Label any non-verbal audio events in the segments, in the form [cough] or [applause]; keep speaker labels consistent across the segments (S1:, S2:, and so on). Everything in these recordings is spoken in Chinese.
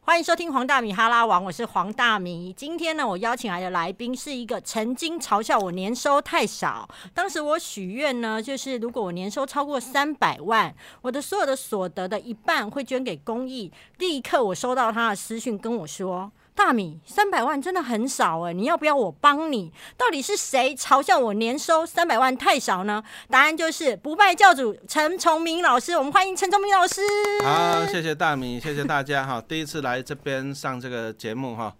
S1: 欢迎收听黄大米哈拉王，我是黄大米。今天呢，我邀请来的来宾是一个曾经嘲笑我年收太少，当时我许愿呢，就是如果我年收超过三百万，我的所有的所得的一半会捐给公益。立刻我收到他的私讯跟我说。大米，三百万真的很少哎、你要不要我帮你？到底是谁嘲笑我年收三百万太少呢？答案就是不败教主陈崇明老师，我们欢迎陈崇明老师。
S2: 好，谢谢大米，谢谢大家哈。第一次来这边上这个节目哈，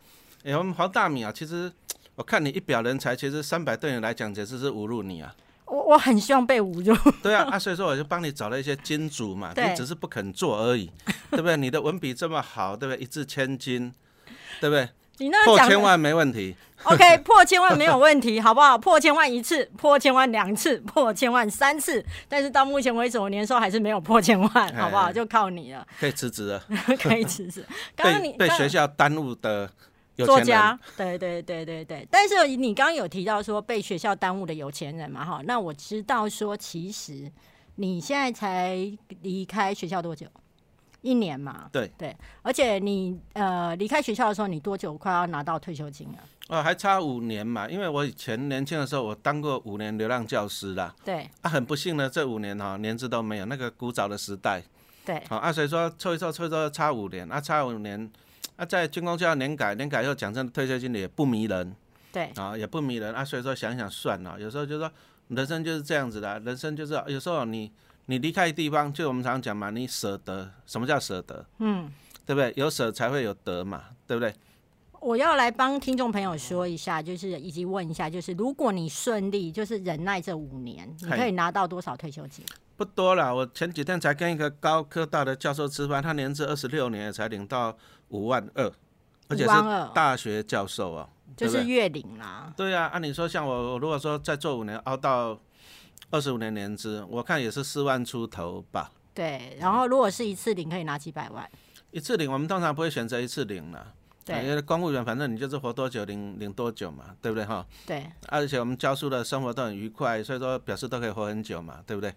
S2: 哎、我们黄大米啊，其实我看你一表人才，其实三百对你来讲简直是侮辱你啊。 [laughs]
S1: 我我很希望被侮辱，
S2: 对啊，啊，所以说我就帮你找了一些金主嘛，
S1: 对
S2: 你只是不肯做而已，对不对？你的文笔这么好，对不对？一掷千金，对不对？
S1: 你那
S2: 破
S1: 讲
S2: 千万没问题，
S1: OK，破千万没有问题，好不好？破千万一次，破千万两次，破千万三次，但是到目前为止，我年收还是没有破千万，好不好？
S2: 哎
S1: 就靠你了， [laughs]
S2: 可以辞职了。
S1: 可以辞
S2: [laughs]
S1: 职。刚刚
S2: 被
S1: 你
S2: 被
S1: 刚
S2: 学校耽误的有
S1: 作
S2: 钱人，
S1: 家，对对对对对。但是你刚刚有提到说被学校耽误的有钱人嘛，哈，那我知道说其实你现在才离开学校多久？一年嘛，
S2: 对
S1: 对，而且你呃离开学校的时候，你多久快要拿到退休金了？
S2: 哦，还差五年嘛，因为我以前年轻的时候，我当过五年流浪教师啦。
S1: 对
S2: 啊，很不幸呢，这五年哈、年资都没有，那个古早的时代，
S1: 对，
S2: 好、啊，所以说凑一凑凑一凑差五年，啊差五年，啊在军工教年改年改后，讲真的退休金也不迷人
S1: 对，
S2: 啊，也不迷人啊，所以说想想算了，有时候就说人生就是这样子的，啊人生就是有时候你你离开地方，就我们常讲嘛，你舍得，什么叫舍得？
S1: 嗯，
S2: 对不对？有舍才会有得嘛，对不对？
S1: 我要来帮听众朋友说一下，就是以及问一下，就是如果你顺利，就是忍耐这五年，你
S2: 嗨
S1: 可以拿到多少退休金？
S2: 不多了，我前几天才跟一个高科大的教授吃饭，他年至二十六年也才领到五万二，而且是
S1: 52,000
S2: 大学教授哦，对
S1: 就
S2: 不对
S1: 是月领啦。
S2: 对啊，按、理你说像我，我如果说再做五年，熬到二十五年年资，我看也是四万出头吧。
S1: 对，
S2: 嗯
S1: 然后如果是一次领，可以拿几百万。
S2: 一次领，我们通常不会选择一次领了，啊因
S1: 对
S2: 为公务员反正你就是活多久领领多久嘛，对不对哈？
S1: 对，
S2: 而且我们教书的生活都很愉快，所以说表示都可以活很久嘛，对不对？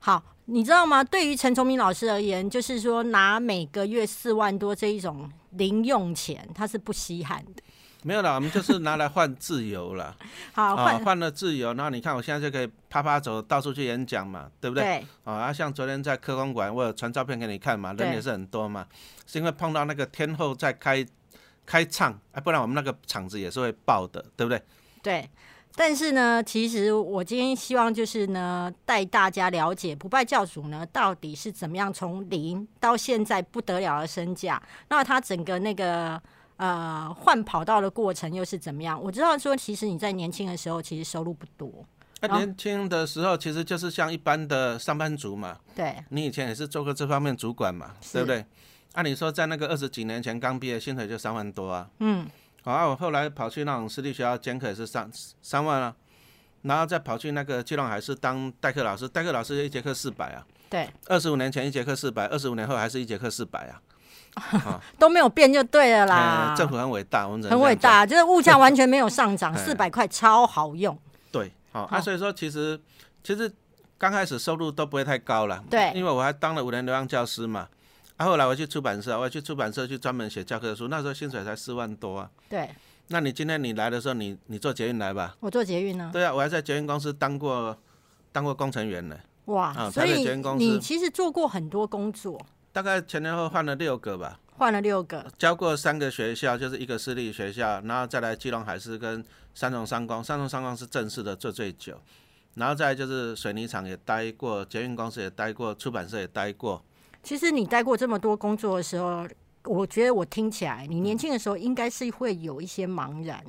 S1: 好，你知道吗？对于陈崇明老师而言，就是说拿每个月四万多这一种零用钱，他是不稀罕的。
S2: 没有啦，我们就是拿来换自由了
S1: 好，换、
S2: 啊，换了自由，然后你看我现在就可以啪啪走到处去演讲嘛，对不对？
S1: 对
S2: 哦啊，像昨天在科公馆，我有传照片给你看嘛，
S1: 对
S2: 人也是很多嘛，是因为碰到那个天后在开开唱，啊，不然我们那个场子也是会爆的，对不对？
S1: 对。但是呢，其实我今天希望就是呢，带大家了解不败教主呢到底是怎么样从零到现在不得了的身价，那他整个那个呃换跑道的过程又是怎么样？我知道说，其实你在年轻的时候其实收入不多，
S2: 那、
S1: 然后
S2: 年轻的时候其实就是像一般的上班族嘛，
S1: 对
S2: 你以前也是做过这方面主管嘛，
S1: 是
S2: 对不对？按、理说在那个二十几年前刚毕业，薪水就三万多啊。嗯。好、啊，我后来跑去那种私立学校兼课也是三三万啊，然后再跑去那个基隆海事当代课老师，代课老师一节课四百啊。
S1: 对，
S2: 二十五年前一节课四百，二十五年后还是一节课四百啊！
S1: 都没有变就对了啦。
S2: 呃政府很伟大，我们只
S1: 很
S2: 能这样
S1: 伟大，就是物价完全没有上涨，
S2: [laughs] 哎
S1: 四百块超好用。
S2: 讲。对，好、
S1: 好
S2: 啊，所以说其实其实刚开始收入都不会太高了，
S1: 对
S2: 因为我还当了五年流浪教师嘛。啊，后来我去出版社，我也去出版社去专门写教科书，那时候薪水才四万多啊。
S1: 对
S2: 那你今天你来的时候，你你做捷运来吧？
S1: 我做捷运呢，
S2: 对啊，我还在捷运公司当过当过工程员呢，
S1: 哇，
S2: 啊
S1: 所
S2: 台北
S1: 以
S2: 捷运公司
S1: 你其实做过很多工作，
S2: 大概前前后后换了六个吧。
S1: 换了六个，
S2: 教过三个学校，就是一个私立学校，然后再来基隆海事跟三重商工，三重商工是正式的做最久，然后再来就是水泥厂也待过，捷运公司也待过，出版社也待过。
S1: 其实你待过这么多工作的时候，我觉得我听起来，你年
S2: 嗯
S1: 轻的时候应该是会有一些茫然。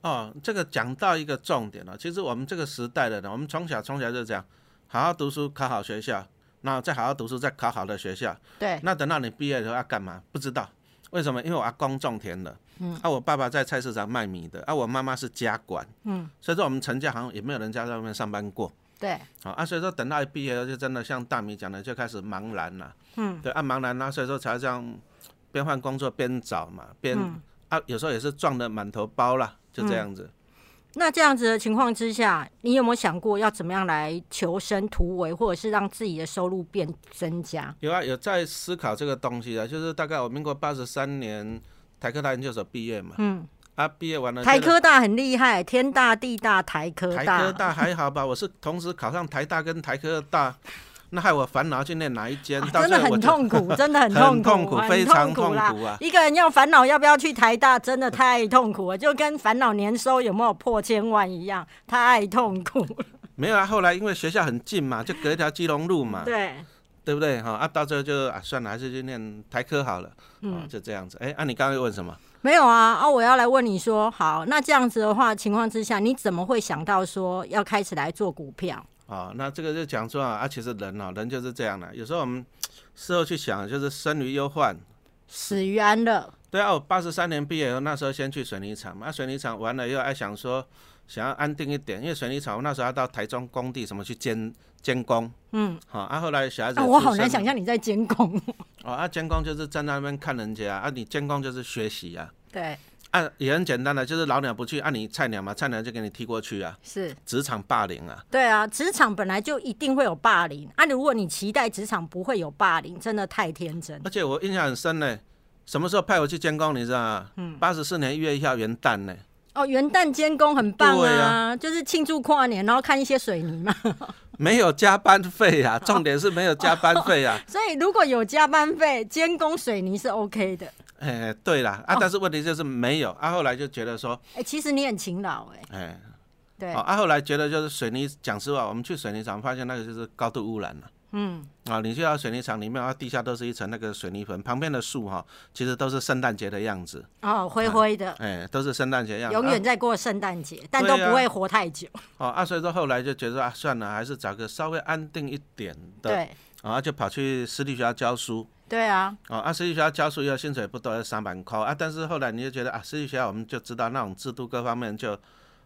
S2: 哦，这个讲到一个重点了、其实我们这个时代的人，我们从小从小就这样，好好读书，考好学校，然后再好好读书，再考好的学校。
S1: 对
S2: 那等到你毕业以后要干嘛？不知道。为什么？因为我阿公种田的，嗯，啊，我爸爸在菜市场卖米的，啊，我妈妈是家管，嗯，所以说我们陈家好像也没有人家在外面上班过，
S1: 对
S2: 好啊，所以说等到一毕业以后就真的像大米讲的，就开始茫然了，嗯，对，啊，茫然啊，所以说才这样边换嗯工作边找嘛，边、啊，有时候也是撞得满头包啦，就这样子，
S1: 那这样子的情况之下，你有没有想过要怎么样来求生突围，或者是让自己的收入变增加？
S2: 有啊，有在思考这个东西啊，就是大概我民国八十三年台科大研究所毕业嘛，嗯，啊，毕业完了
S1: 台
S2: 觉得
S1: 科大很厉害，天大地大，台科
S2: 台
S1: 呃大，
S2: 科大还
S1: [laughs]
S2: 好吧，我是同时考上台大跟台科大，那害我烦恼去念哪一间，
S1: 啊
S2: 到
S1: 真
S2: 最
S1: 的
S2: 后我
S1: 很
S2: 就
S1: 痛苦，真的很
S2: [laughs] 很
S1: 痛
S2: 苦，
S1: 很
S2: 非常痛
S1: 啦。
S2: 苦啊。
S1: 一个人要烦恼要不要去台大，真的太痛苦了，就跟烦恼年收有没有破千万一样，太痛苦。
S2: 没有啊，后来因为学校很近嘛，就隔一条基隆路嘛，
S1: 对，
S2: 对不对哈？啊，到最后就啊算了，还是去念台科好了，
S1: 嗯
S2: 啊，就这样子。哎，啊，你刚刚又问什么？
S1: 没有啊啊！我要来问你说，好，那这样子的话情况之下，你怎么会想到说要开始来做股票？
S2: 啊，那这个就讲说啊，啊其实人啊，人就是这样的，有时候我们事后去想，就是生于忧患。
S1: 死于安乐，
S2: 对啊，我八十三年毕业以后，那时候先去水泥厂嘛，啊、水泥厂完了以后，还想说想要安定一点，因为水泥厂我那时候要到台中工地什么去监监工，嗯，好啊，后来小孩子、
S1: 啊、我好难想，象你在监控。
S2: 哦啊，监工就是站在那边看人家啊，啊你监工就是学习啊，
S1: 对，
S2: 啊也很简单的，就是老鸟不去，啊你菜鸟嘛，菜鸟就给你踢过去啊，
S1: 是，
S2: 职场霸凌啊，
S1: 对啊，职场本来就一定会有霸凌啊！如果你期待职场不会有霸凌，真的太天真。
S2: 而且我印象很深呢，什么时候派我去监工，你知道吗？嗯，八十四年一月一号元旦呢，
S1: 哦，元旦监工很棒
S2: 对
S1: 啊，就是庆祝跨年，然后看一些水泥嘛。 [laughs]
S2: 没有加班费
S1: 哦
S2: 啊，重点是没有加班费啊。
S1: 所以如果有加班费，监工水泥是 OK 的。
S2: 哎、对啦，
S1: 哦
S2: 啊，但是问题就是没有，啊，后来就觉得说，
S1: 哎、其实你很勤劳哎、
S2: 哎、
S1: 对，
S2: 哦，啊，后来觉得就是水泥，讲实话，我们去水泥厂发现那个就是高度污染了。嗯，啊，你去到水泥厂里面，啊，地下都是一层那个水泥盆，旁边的树哈、其实都是圣诞节的样子，
S1: 哦，灰灰的，
S2: 哎、都是圣诞节的样子。
S1: 永远
S2: 啊
S1: 在过圣诞节，但
S2: 对
S1: 都
S2: 啊
S1: 不会活太久。
S2: 哦啊，所以说后来就觉得啊，算了，还是找个稍微安定一点的，
S1: 对，
S2: 啊，就跑去私立学校教书。
S1: 对啊，
S2: 哦，啊，私立学校教书要薪水不多，要三百块啊。但是后来你就觉得啊，私立学校我们就知道那种制度各方面就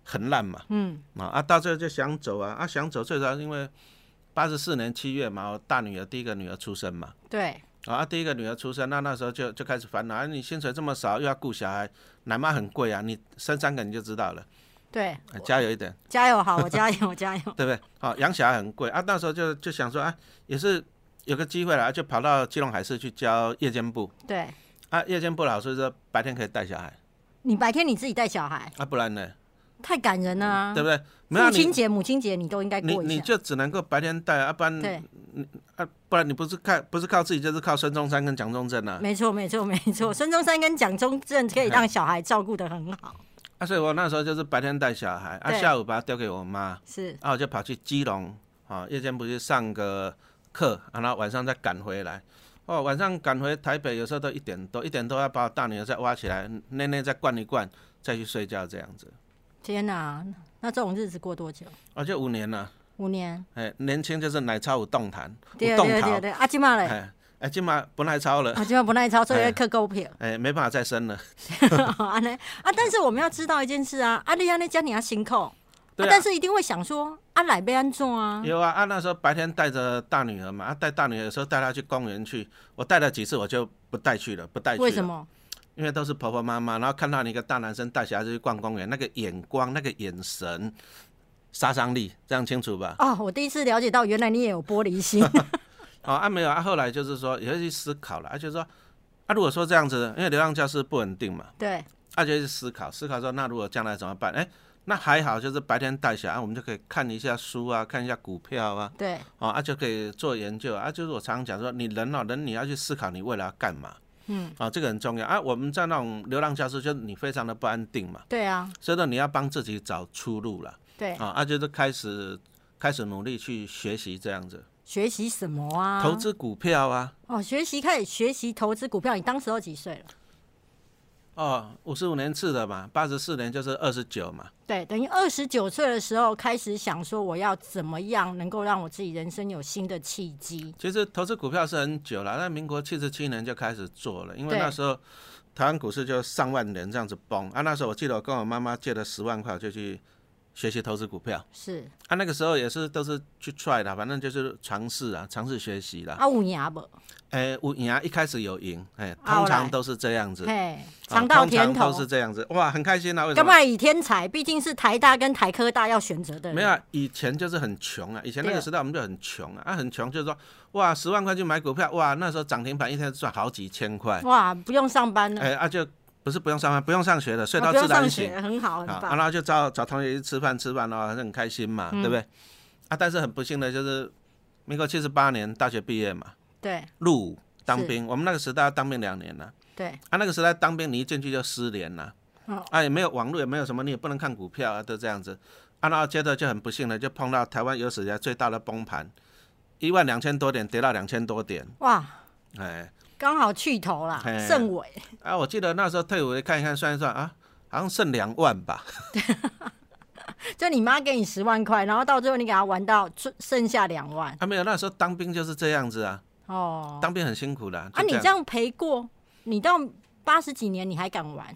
S2: 很烂嘛，嗯，啊啊，到最后就想走啊，啊想走，最主要是因为八十四年七月嘛，我大女儿第一个女儿出生嘛，
S1: 对，
S2: 啊啊第一个女儿出生，那那时候就就开始烦恼，啊你薪水这么少，又要顾小孩，奶妈很贵啊，你生三个你就知道了，
S1: 对，
S2: 啊加油一点，
S1: 加油 [laughs] 好，我加油，加油。
S2: 对不对？好、养小孩很贵啊，那时候就就想说啊，也是有个机会啦，就跑到基隆海事去教夜间部。
S1: 对
S2: 啊，夜间部老师说白天可以带小孩
S1: 你白天你自己带小孩，
S2: 啊，不然呢，
S1: 太感人了、啊。
S2: 对不对？没有
S1: 父
S2: 啊
S1: 亲
S2: 你
S1: 节、母亲节你都应该
S2: 你
S1: 过一
S2: 你
S1: 下。
S2: 就只能够白天带啊，不然
S1: 对，
S2: 啊不然你不是靠不是靠自己就是靠孙中山跟蒋中正啊嗯
S1: 没错，没错，没错。孙中山跟蒋中正可以让小孩照顾的很好，
S2: 啊，所以我那时候就是白天带小孩啊，
S1: 对
S2: 下午把它丢给我妈，
S1: [laughs] 是
S2: 啊我就跑去基隆啊，夜间部去上个课，啊然后晚上再赶回来。哦，晚上赶回台北，有时候都一点多，一点多要把我大女儿再挖起来，内内再灌一灌，再去睡觉这样子。
S1: 天哪、那这种日子过多久？
S2: 啊，就五年了，
S1: 五年？
S2: 哎，年轻就是奶超五动弹，
S1: 对啊对
S2: 五动
S1: 对
S2: 桃
S1: 对，对，阿金妈嘞，
S2: 哎哎，今嘛本来超了，
S1: 阿金妈不耐操，所以要克勾票。 [laughs]
S2: 哎，没办法再
S1: 啊
S2: 生了。
S1: 安尼啊，但是我们要知道一件事啊，啊，你安尼家你要辛苦，啊
S2: 对啊
S1: 但是一定会想说，啊，来被安怎啊？
S2: 有啊，啊那时候白天带着大女儿嘛，啊带大女儿有时候带她去公园去，我带了几次我就不带去了，不带去啊了。
S1: 为什？么？
S2: 因为都是婆婆妈妈，然后看到你一个大男生带小孩子去逛公园，那个眼光、那个眼神，杀伤力，这样清楚吧？
S1: 哦，我第一次了解到，原来你也有玻璃
S2: [laughs]
S1: 心。
S2: 哦啊没有啊，后来就是说也会去思考了，啊就是说啊如果说这样子，因为流浪教师不稳定嘛，
S1: 对，
S2: 啊，就去思考，思考说那如果将来怎么办？哎，那还好，就是白天带小孩，我们就可以看一下书啊，看一下股票啊，
S1: 对，
S2: 哦，啊就可以做研究啊。就是我常常讲说，你人哦，人你要去思考你未来要干嘛，嗯，啊，这个很重要啊。我们在那种流浪教室，就是你非常的不安定嘛，
S1: 对啊，
S2: 所以说你要帮自己找出路了
S1: 对，
S2: 啊，啊，就是开始开始努力去学习这样子，
S1: 学习什么啊？
S2: 投资股票啊，
S1: 哦，学习开始学习投资股票，你当时候几岁了？
S2: 哦，五十五年次的嘛，八十四年就是二十九嘛，
S1: 对，等于二十九岁的时候开始想说，我要怎么样能够让我自己人生有新的契机？
S2: 其实投资股票是很久了，那民国七十七年就开始做了，因为
S1: 对
S2: 那时候台湾股市就上万人这样子崩啊。那时候我记得我跟我妈妈借了十万块，我就去学习投资股票
S1: 是
S2: 啊，那个时候也是都是去 try 啦，反正就是尝试啊，尝试学习啦。
S1: 啊，五年不，
S2: 哎、我赢啊，一开始有赢，哎，
S1: 啊
S2: 通
S1: 后来
S2: 常都是这样子，
S1: 嘿，
S2: 啊
S1: 尝到
S2: 通常
S1: 甜头
S2: 都，是这样子，哇，很开心啊，为什
S1: 干
S2: 么？
S1: 嘛以天才？毕竟是台大跟台科大要选择的人，
S2: 没有、啊，以前就是很穷啊，以前那
S1: 对
S2: 个时代我们就很穷啊，啊，很穷就是说，哇，十万块去买股票，哇，那时候涨停板一天赚好几千块，
S1: 哇，不用上班了，
S2: 哎、啊，就不是不用上班，不用上学了，睡
S1: 啊
S2: 到
S1: 嗯不用
S2: 自
S1: 上
S2: 然醒
S1: 学，，哦很好，很
S2: 啊，啊
S1: 棒，
S2: 然后就找找同学去吃饭，吃饭了、很开心嘛，
S1: 嗯
S2: 对不对？啊，但是很不幸的就是，民国七十八年大学毕业嘛，
S1: 对
S2: 入伍当
S1: 是
S2: 兵，我们那个时代要当兵两年了、啊，
S1: 对，
S2: 那个时代当兵你一进去就失联了、
S1: 哦
S2: 啊，也没有网络，也没有什么，你也不能看股票啊，都这样子。啊，然后接着就很不幸的就碰到台湾有史以来最大的崩盘，一万两千多点跌到两千多点，
S1: 哇，
S2: 哎，
S1: 刚好去头啦，
S2: 嘿
S1: 盛尾
S2: 啊，我记得那时候退伍看一看算一算啊，好像剩两万吧。
S1: 就你妈给你十万块，然后到最后你给她玩到剩剩下两万
S2: 啊，没有，那时候当兵就是这样子啊，
S1: 哦。
S2: 当兵很辛苦的、啊。
S1: 啊，
S2: 就
S1: 你这
S2: 样，
S1: 样赔过，你到八十几年你还敢玩？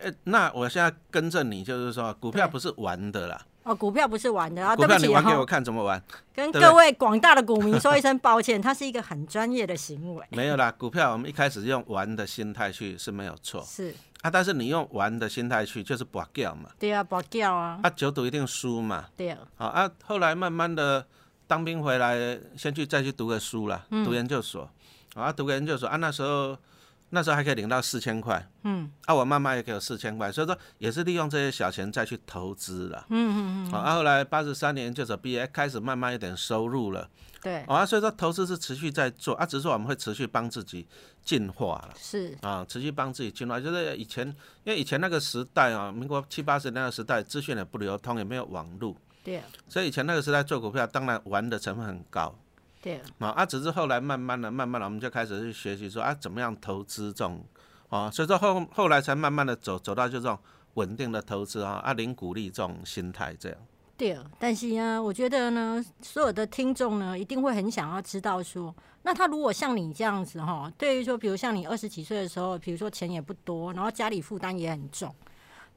S2: 呃，那我现在跟正你，就是说股票
S1: 对
S2: 不是玩的啦，
S1: 哦，股票不是玩的啊，
S2: 股
S1: 对不
S2: 票你
S1: 起
S2: 玩给
S1: 哈
S2: 我，看怎么玩？
S1: 跟
S2: 对不对
S1: 各位广大的股民说一声抱歉，它是一个很专业的行
S2: [laughs]
S1: 为，
S2: 没有啦，股票我们一开始用玩的心态去是没有错
S1: 是
S2: 啊，但是你用玩的心态去就是不掉嘛，
S1: 对啊，保掉啊，
S2: 啊，久赌一定输嘛，
S1: 对啊，
S2: 好啊，后来慢慢的当兵回来，先去再去读个书啦，读研究所，啊，读个研究所啊，那时候那时候还可以领到四千块，嗯，啊，我妈妈也给我四千块，所以说也是利用这些小钱再去投资了，嗯嗯嗯，好啊，后来八十三年研究所毕业，开始慢慢有点收入了，
S1: 对，
S2: 啊，所以说投资是持续在做，啊，只是说我们会持续帮自己进化了。
S1: 是
S2: 啊，持续帮自己进化，就是以前，因为以前那个时代啊，民国七八十年代的时代，资讯也不流通，也没有网络，
S1: 对啊，
S2: 所以以前那个时代做股票，当然玩的成分很高
S1: 对啊，
S2: 啊，啊，只是后来慢慢的、慢慢的，我们就开始去学习说啊，怎么样投资这种啊，所以说后后来才慢慢的走走到就这种稳定的投资啊，啊，零股利这种心态这样。
S1: 对啊。但是呢，我觉得呢，所有的听众呢，一定会很想要知道说，那他如果像你这样子哈，对于说，比如像你二十几岁的时候，比如说钱也不多，然后家里负担也很重。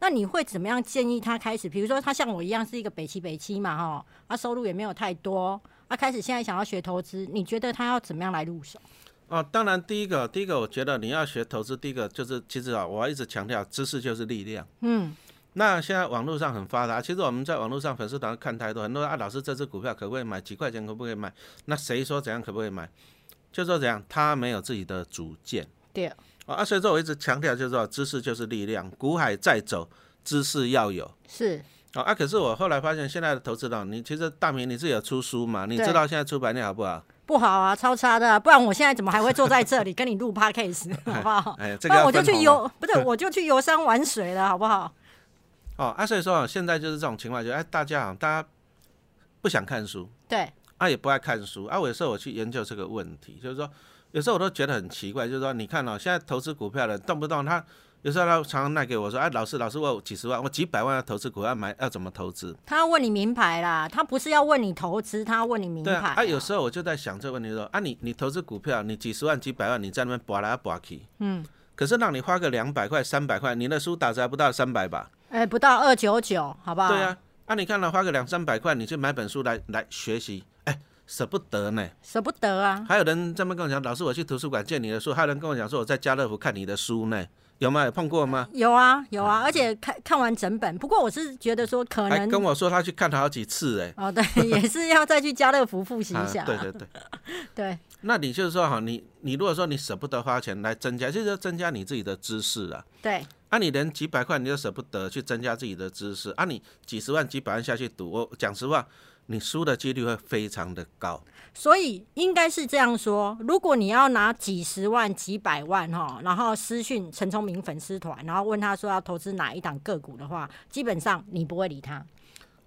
S1: 那你会怎么样建议他开始？比如说，他像我一样是一个北七北七嘛，哈，他、收入也没有太多，他、开始现在想要学投资，你觉得他要怎么样来入手？
S2: 哦，当然，第一个，第一个，我觉得你要学投资，第一个就是，其实啊，我一直强调，知识就是力量。嗯。那现在网络上很发达，其实我们在网络上粉丝团看太多，很多人啊，老师这只股票可不可以买？几块钱可不可以买？那谁说怎样可不可以买？就说怎样，他没有自己的主见。
S1: 对
S2: 哦啊，所以说我一直强调，就是说知识就是力量，股海在走，知识要有。
S1: 是，
S2: 哦啊，可是我后来发现，现在的投资人，你其实大明你自己有出书嘛？你
S1: 对
S2: 知道现在出版量好不好？
S1: 不好啊，超差的啊、不然我现在怎么还会坐在这里跟你录 podcast，好不好？
S2: 哎，
S1: 哦不
S2: 这个
S1: 然
S2: 要
S1: 我就
S2: 分
S1: 去
S2: 红啊
S1: 游，不
S2: [laughs]
S1: 对，我就去游山玩水了，好不好？
S2: 哦，啊，所以说啊现在就是这种情况，就哎，大家好像大家不想看书，
S1: 对，
S2: 啊，也不爱看书，啊，我有时候我去研究这个问题，就是说，有时候我都觉得很奇怪，就是说，你看哦，现在投资股票的人动不动他有时候他常常赖给我说，哎，老师，老师，我有几十万，我几百万要投资股票买，要怎么投资？
S1: 他要问你名牌啦，他不是要问你投资，他要问你名
S2: 对
S1: 牌、
S2: 啊，啊，有时候我就在想这个问题说，啊，你你投资股票，你几十万、几百万，你在那边拔来拔去，嗯，可是让你花个两百块、三百块，你的书打折还不到三百吧？
S1: 哎、不到二九九，好不好？
S2: 对，啊，啊，你看了花个两三百块，你去买本书来来学习，哎、舍不得呢。
S1: 舍不得啊，
S2: 还有人这么跟我讲，老师，我去图书馆借你的书，还有人跟我讲说我在家乐福看你的书呢，有吗？有碰过吗？
S1: 有啊有啊，而且看看完整本，不过我是觉得说可
S2: 嗯还
S1: 能
S2: 哎跟我说他去看了好几次哎、 [laughs]
S1: 哦，对，也是要再去家乐福复习一下、
S2: 啊，对对对，
S1: 对
S2: 那你就是说哈，你你如果说你舍不得花钱来增加，就是要增加你自己的知识啊。
S1: 对
S2: 啊，你连几百块你都舍不得去增加自己的知识，啊，你几十万、几百万下去赌，我讲实话，你输的几率会非常的高。
S1: 所以应该是这样说：如果你要拿几十万、几百万哈，然后私讯陈聪明粉丝团，然后问他说要投资哪一档个股的话，基本上你不会理他。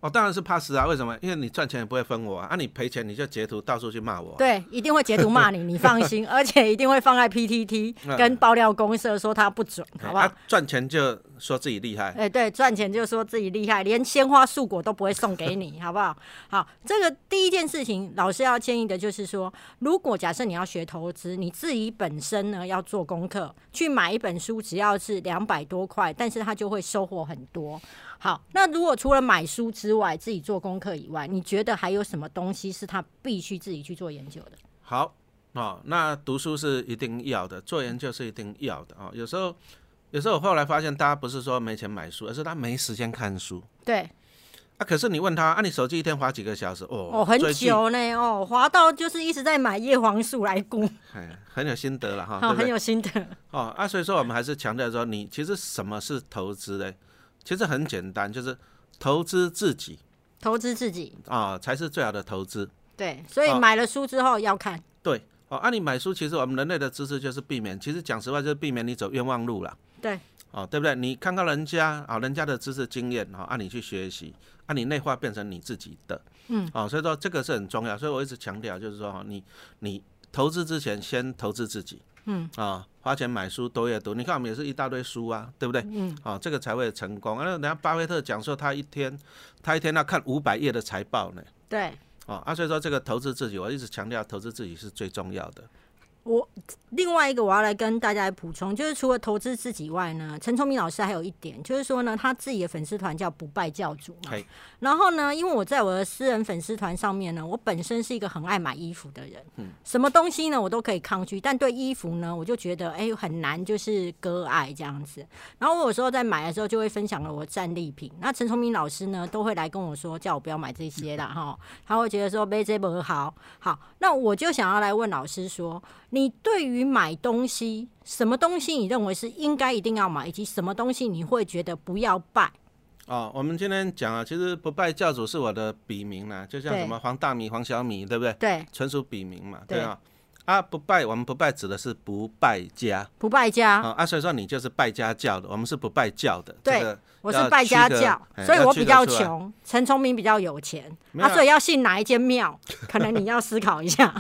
S2: 我、当然是怕死啊，为什么？因为你赚钱也不会分我啊，啊你赔钱你就截图到处去骂我啊、
S1: 对，一定会截图骂你，你放 [laughs] 心，而且一定会放在 PTT 嗯跟爆料公社说他不准，好不好？
S2: 啊，赚钱就说自己厉害，
S1: 哎、对，赚钱就说自己厉害，连鲜花素果都不会送给 [laughs] 你，好不好？好，这个第一件事情，老师要建议的就是说，如果假设你要学投资，你自己本身呢要做功课，去买一本书，只要是两百多块，但是它就会收获很多。好，那如果除了买书之外，自己做功课以外，你觉得还有什么东西是他必须自己去做研究的？
S2: 好哦，那读书是一定要的，做研究是一定要的啊、哦。有时候，有时候我后来发现，大家不是说没钱买书，而是他没时间看书
S1: 对，
S2: 啊。可是你问他，啊，你手机一天花几个小时？哦，
S1: 哦，很
S2: 追剧，
S1: 久呢，哦，滑到就是一直在买叶黄素来估，
S2: 哎，很有心得了哈，
S1: 好
S2: 对不
S1: 很
S2: 对？
S1: 有心得。
S2: 哦啊，所以说我们还是强调说，你其实什么是投资呢？其实很简单，就是投资自己
S1: 投资自己，
S2: 啊、才是最好的投资。
S1: 对，所以
S2: 好
S1: 买了书之后要看，
S2: 对，哦，按、啊、你买书，其实我们人类的知识就是避免，其实讲实话就是避免你走冤枉路啦。
S1: 对，
S2: 哦，对不对？你看看人家啊、人家的知识经验啊，按、你去学习，按、你内化变成你自己的。嗯，哦，所以说这个是很重要，所以我一直强调就是说，哦、你你投资之前先投资自己。嗯啊、花钱买书多阅读，你看我们也是一大堆书啊，对不对？嗯，啊、这个才会成功。啊那人家巴菲特讲说，他一天他一天要看五百页的财报呢。
S1: 对。
S2: 哦，啊，所以说这个投资自己，我一直强调投资自己是最重要的。
S1: 另外一个我要来跟大家来补充，就是除了投资自己以外呢，陈聪明老师还有一点，就是说呢，他自己的粉丝团叫不败教主嘛
S2: 嘿。
S1: 然后呢，因为我在我的私人粉丝团上面呢，我本身是一个很爱买衣服的人，什么东西呢我都可以抗拒，但对衣服呢，我就觉得哎、很难，就是割爱这样子。然后我有时候在买的时候就会分享了我的战利品，那陈崇明老师呢都会来跟我说，叫我不要买这些啦哈，他会觉得说买这不好。好，那我就想要来问老师说，你对于买东西，什么东西你认为是应该一定要买，以及什么东西你会觉得不要拜？
S2: 哦，我们今天讲啊，其实不败教主是我的笔名啦，就像
S1: 对
S2: 什么黄大米、黄小米，对不对？
S1: 对，
S2: 纯属笔名嘛，
S1: 对
S2: 对啊。啊，不败，我们不败指的是不败家
S1: 不败家，
S2: 啊啊，所以说你就是败家教的，我们是不败教的。
S1: 对
S2: 这个
S1: 我是败家
S2: 要
S1: 教
S2: 区，隔
S1: 所以
S2: 哎
S1: 我
S2: 要区
S1: 比
S2: 隔
S1: 较
S2: 出来
S1: 穷，陈崇明比较有钱，
S2: 没有
S1: 啊，
S2: 啊
S1: 所以要信哪一间庙，可能你要思考一下，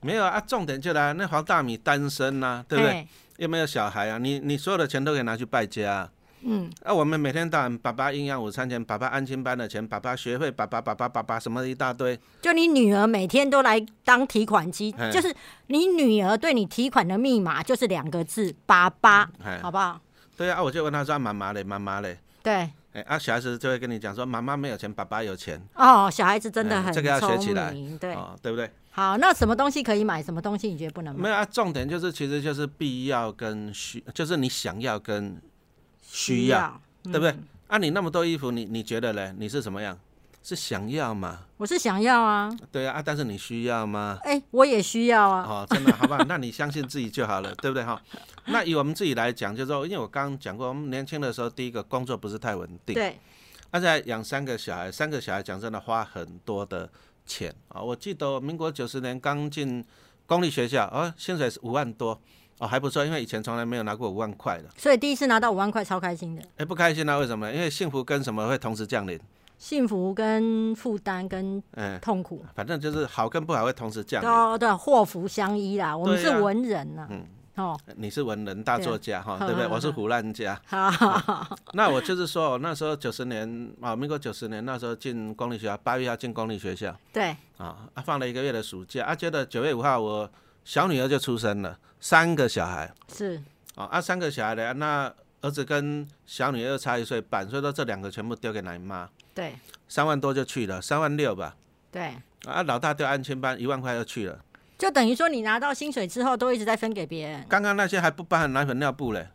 S2: 没有啊，重点就来那黄大米单身呐、 [laughs] 对不对？
S1: 嘿？
S2: 又没有小孩啊，你你所有的钱都可以拿去败家、啊。嗯，啊，我们每天到晚爸爸营养午餐钱，爸爸安亲班的钱，爸爸学费，爸爸爸爸爸爸什么一大堆，
S1: 就你女儿每天都来当提款机，
S2: 嘿
S1: 就是你女儿对你提款的密码就是两个字“爸爸
S2: 哎”，，
S1: 好不好？
S2: 对啊，啊我就问他说啊妈妈嘞，妈妈嘞，
S1: 对，
S2: 哎、啊，小孩子就会跟你讲说，妈妈没有钱，爸爸有钱，
S1: 哦，小孩子真的
S2: 哎
S1: 很
S2: 这个要学起
S1: 聪
S2: 来
S1: 明，对。
S2: 哦，对不对？
S1: 好，那什么东西可以买，什么东西你觉得不能买？
S2: 没有啊，重点就是其实就是必要跟需，就是你想要跟需要，对
S1: 嗯
S2: 不对？啊，你那么多衣服，你你觉得嘞？你是什么样？是想要嘛？
S1: 我是想要啊，
S2: 对啊，啊，但是你需要吗？
S1: 哎、我也需要啊，
S2: 哦，真的，好不好？那你相信自己就好了，对不对哈？那以我们自己来讲，就是说，因为我刚刚讲过，我们年轻的时候，第一个工作不是太稳定，
S1: 对，
S2: 而且养三个小孩，三个小孩讲真的花很多的钱啊、我记得我民国九十年刚进公立学校，哦，薪水是五万多，哦，还不错，因为以前从来没有拿过五万块的。
S1: 所以第一次拿到五万块超开心的，
S2: 哎，不开心啊？为什么？因为幸福跟什么会同时降临？
S1: 幸福跟负担跟
S2: 嗯，
S1: 痛苦
S2: 反正就是好跟不好会同时降临。
S1: 都的祸福相依啦，我们
S2: 对
S1: 是
S2: 啊
S1: 文人呐、哦，
S2: 你是文人大作家哈，
S1: 对啊 [laughs]
S2: 对不对？我是胡乱家。
S1: 好好好，
S2: 那我就是说，我那时候九十年啊，民国九十年那时候进公立学校，八月要进公立学校
S1: 对，
S2: 啊，啊放了一个月的暑假，啊，接着九月五号我小女儿就出生了，三个小孩
S1: 是，
S2: 啊，啊三个小孩的，那儿子跟小女儿又差一岁半，所以说这两个全部丢给奶妈，
S1: 对
S2: 三万多就去了，三万六吧，
S1: 对，
S2: 啊老大丢安亲班一万块就去了，
S1: 就等于说你拿到薪水之后都一直在分给别人，
S2: 刚刚那些还不包含奶粉尿布嘞，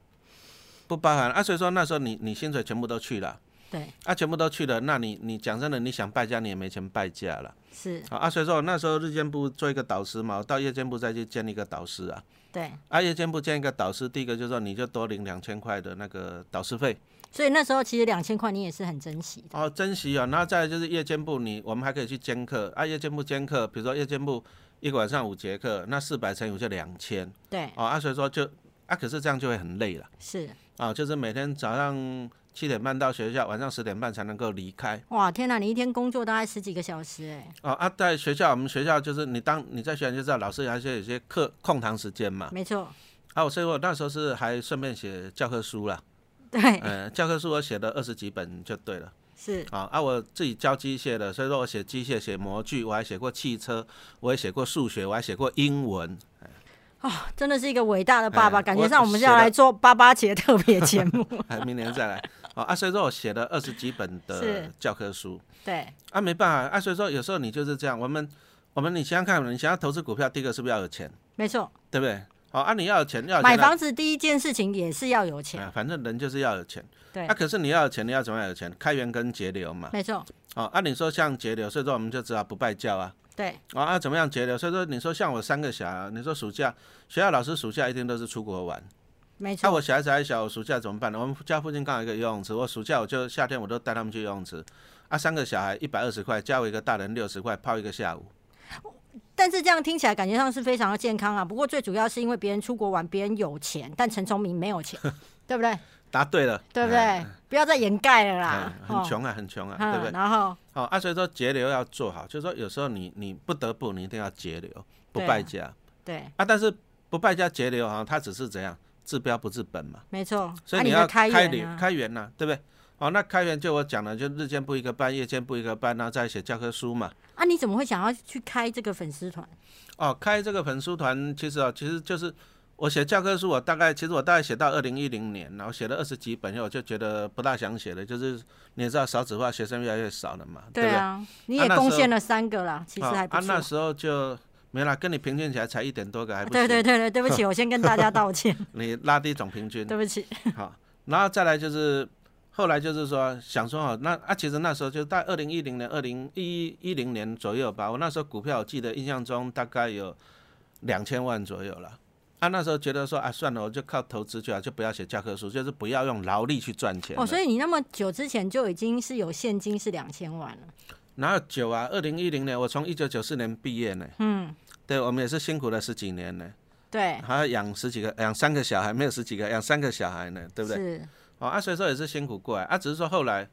S2: 不包含啊，所以说那时候你你薪水全部都去了。
S1: 对，
S2: 啊，全部都去了，那你你讲真的，你想败家你也没钱败家了。
S1: 是，
S2: 好啊，所以说我那时候日间部做一个导师嘛，我到夜间部再去建立一个导师啊。
S1: 对，
S2: 啊，夜间部建一个导师，第一个就是说你就多领两千块的那个导师费，
S1: 所以那时候其实两千块你也是很珍惜的，
S2: 哦，珍惜啊、然后再来就是夜间部你，我们还可以去兼课啊，夜间部兼课，比如说夜间部一个晚上五节课，那四百乘以五就两千
S1: 对，
S2: 哦，啊，所以说就啊，可是这样就会很累了
S1: 是，
S2: 啊，就是每天早上七点半到学校，晚上十点半才能够离开。
S1: 哇，天哪，你一天工作大概十几个小时、哎，
S2: 哦啊，在学校，我们学校就是你当你在学校就知道，老师还是有些课空堂时间嘛。哦
S1: 没错，
S2: 啊，我所以我那时候是还顺便写教科书啦。
S1: 对，
S2: 呃，教科书我写了二十几本就对了
S1: 是，
S2: 啊。啊，我自己教机械的，所以说我写机械、写模具，我还写过汽车，我也写过数学，我还写过英
S1: [laughs]
S2: 文。
S1: 哦，真的是一个伟大的爸爸，
S2: 哎
S1: 感觉
S2: 我
S1: 上我们是要
S2: 写的
S1: 来做八八节特别节
S2: [laughs]
S1: 目。
S2: 哎，明年再来。哦啊，所以说我写了二十几本的
S1: 是
S2: 教科书
S1: 对，
S2: 啊，没办法啊，所以说有时候你就是这样。我们我们你想想看，你想要投资股票，第一个是不是要有钱，
S1: 没错，
S2: 对不对？好、啊，你要有钱，要有钱
S1: 买
S2: 啊
S1: 房子第一件事情也是要有钱，
S2: 啊，反正人就是要有钱。
S1: 对
S2: 啊，可是你要有钱，你要怎么样有钱？开源跟节流嘛。
S1: 没错，
S2: 哦，啊，你说像节流，所以说我们就知道不拜教啊。
S1: 对，
S2: 哦啊，怎么样节流？所以说你说像我三个小孩，你说暑假学校老师暑假一定都是出国玩。
S1: 没
S2: 那、
S1: 错，
S2: 我小孩子还小，我暑假怎么办呢？我们家附近刚好有一个游泳池，我暑假我就夏天我都带他们去游泳池。啊，三个小孩一百二十块，加我一个大人六十块，泡一个下午。
S1: 但是这样听起来感觉上是非常的健康啊。不过最主要是因为别人出国玩，别人有钱，但陈崇明没有
S2: [laughs]
S1: 钱，对不对？
S2: 答对了，
S1: 对不
S2: 哎？
S1: 对？不要再掩盖了啦
S2: 哎，
S1: 哦
S2: 很，穷啊，很穷啊，
S1: 嗯
S2: 对不对？
S1: 然后
S2: 好、啊，所以说节流要做好，就是说有时候你你不得不你一定要节流，不
S1: 对啊
S2: 败家啊
S1: 对，
S2: 但是不败家节流啊，它只是怎样治标不治本嘛，
S1: 没错，
S2: 所
S1: 啊
S2: 以
S1: 你
S2: 要
S1: 的开
S2: 开
S1: 源
S2: 源、
S1: 啊，
S2: 开源呐、对不对？哦，那开源就我讲了，就日间布一个班，夜间布一个班，然后再写教科书嘛。
S1: 啊，你怎么会想要去开这个粉丝团？
S2: 哦，开这个粉书团，其实啊、其实就是我写教科书，我大概其实我大概写到二零一零年，然后写了二十几本以后，我就觉得不大想写了，就是你也知道少子化，学生越来越少了嘛，不对？
S1: 啊，你
S2: 啊
S1: 也
S2: 那
S1: 贡
S2: 时候
S1: 献了三个啦，其实
S2: 哦
S1: 还不
S2: 啊，那
S1: 错。
S2: 时候就没啦，跟你平均起来才一点多个，还不
S1: 对对
S2: 行，
S1: 对对，对不起，我先跟大家道
S2: [laughs]
S1: 歉，
S2: 你拉低总平均，
S1: 对不起。
S2: [laughs] 好，然后再来就是后来就是说想说哦，那啊，其实那时候就在二零一零年、二零一一零年左右吧，我那时候股票我记得印象中大概有两千万左右了。啊，那时候觉得说啊，算了，我就靠投资就好，就不要写教科书，就是不要用劳力去赚钱了。
S1: 哦，所以你那么久之前就已经是有现金是两千万了，
S2: 哪有久啊？二零一零年我从一九九四年毕业呢，嗯，对我们也是辛苦了十几年呢，
S1: 对，
S2: 还要养十几个、养三个小孩，没有十几个，养三个小孩呢，对不对？
S1: 是，
S2: 哦，啊，所以说也是辛苦过来啊，只是说后来，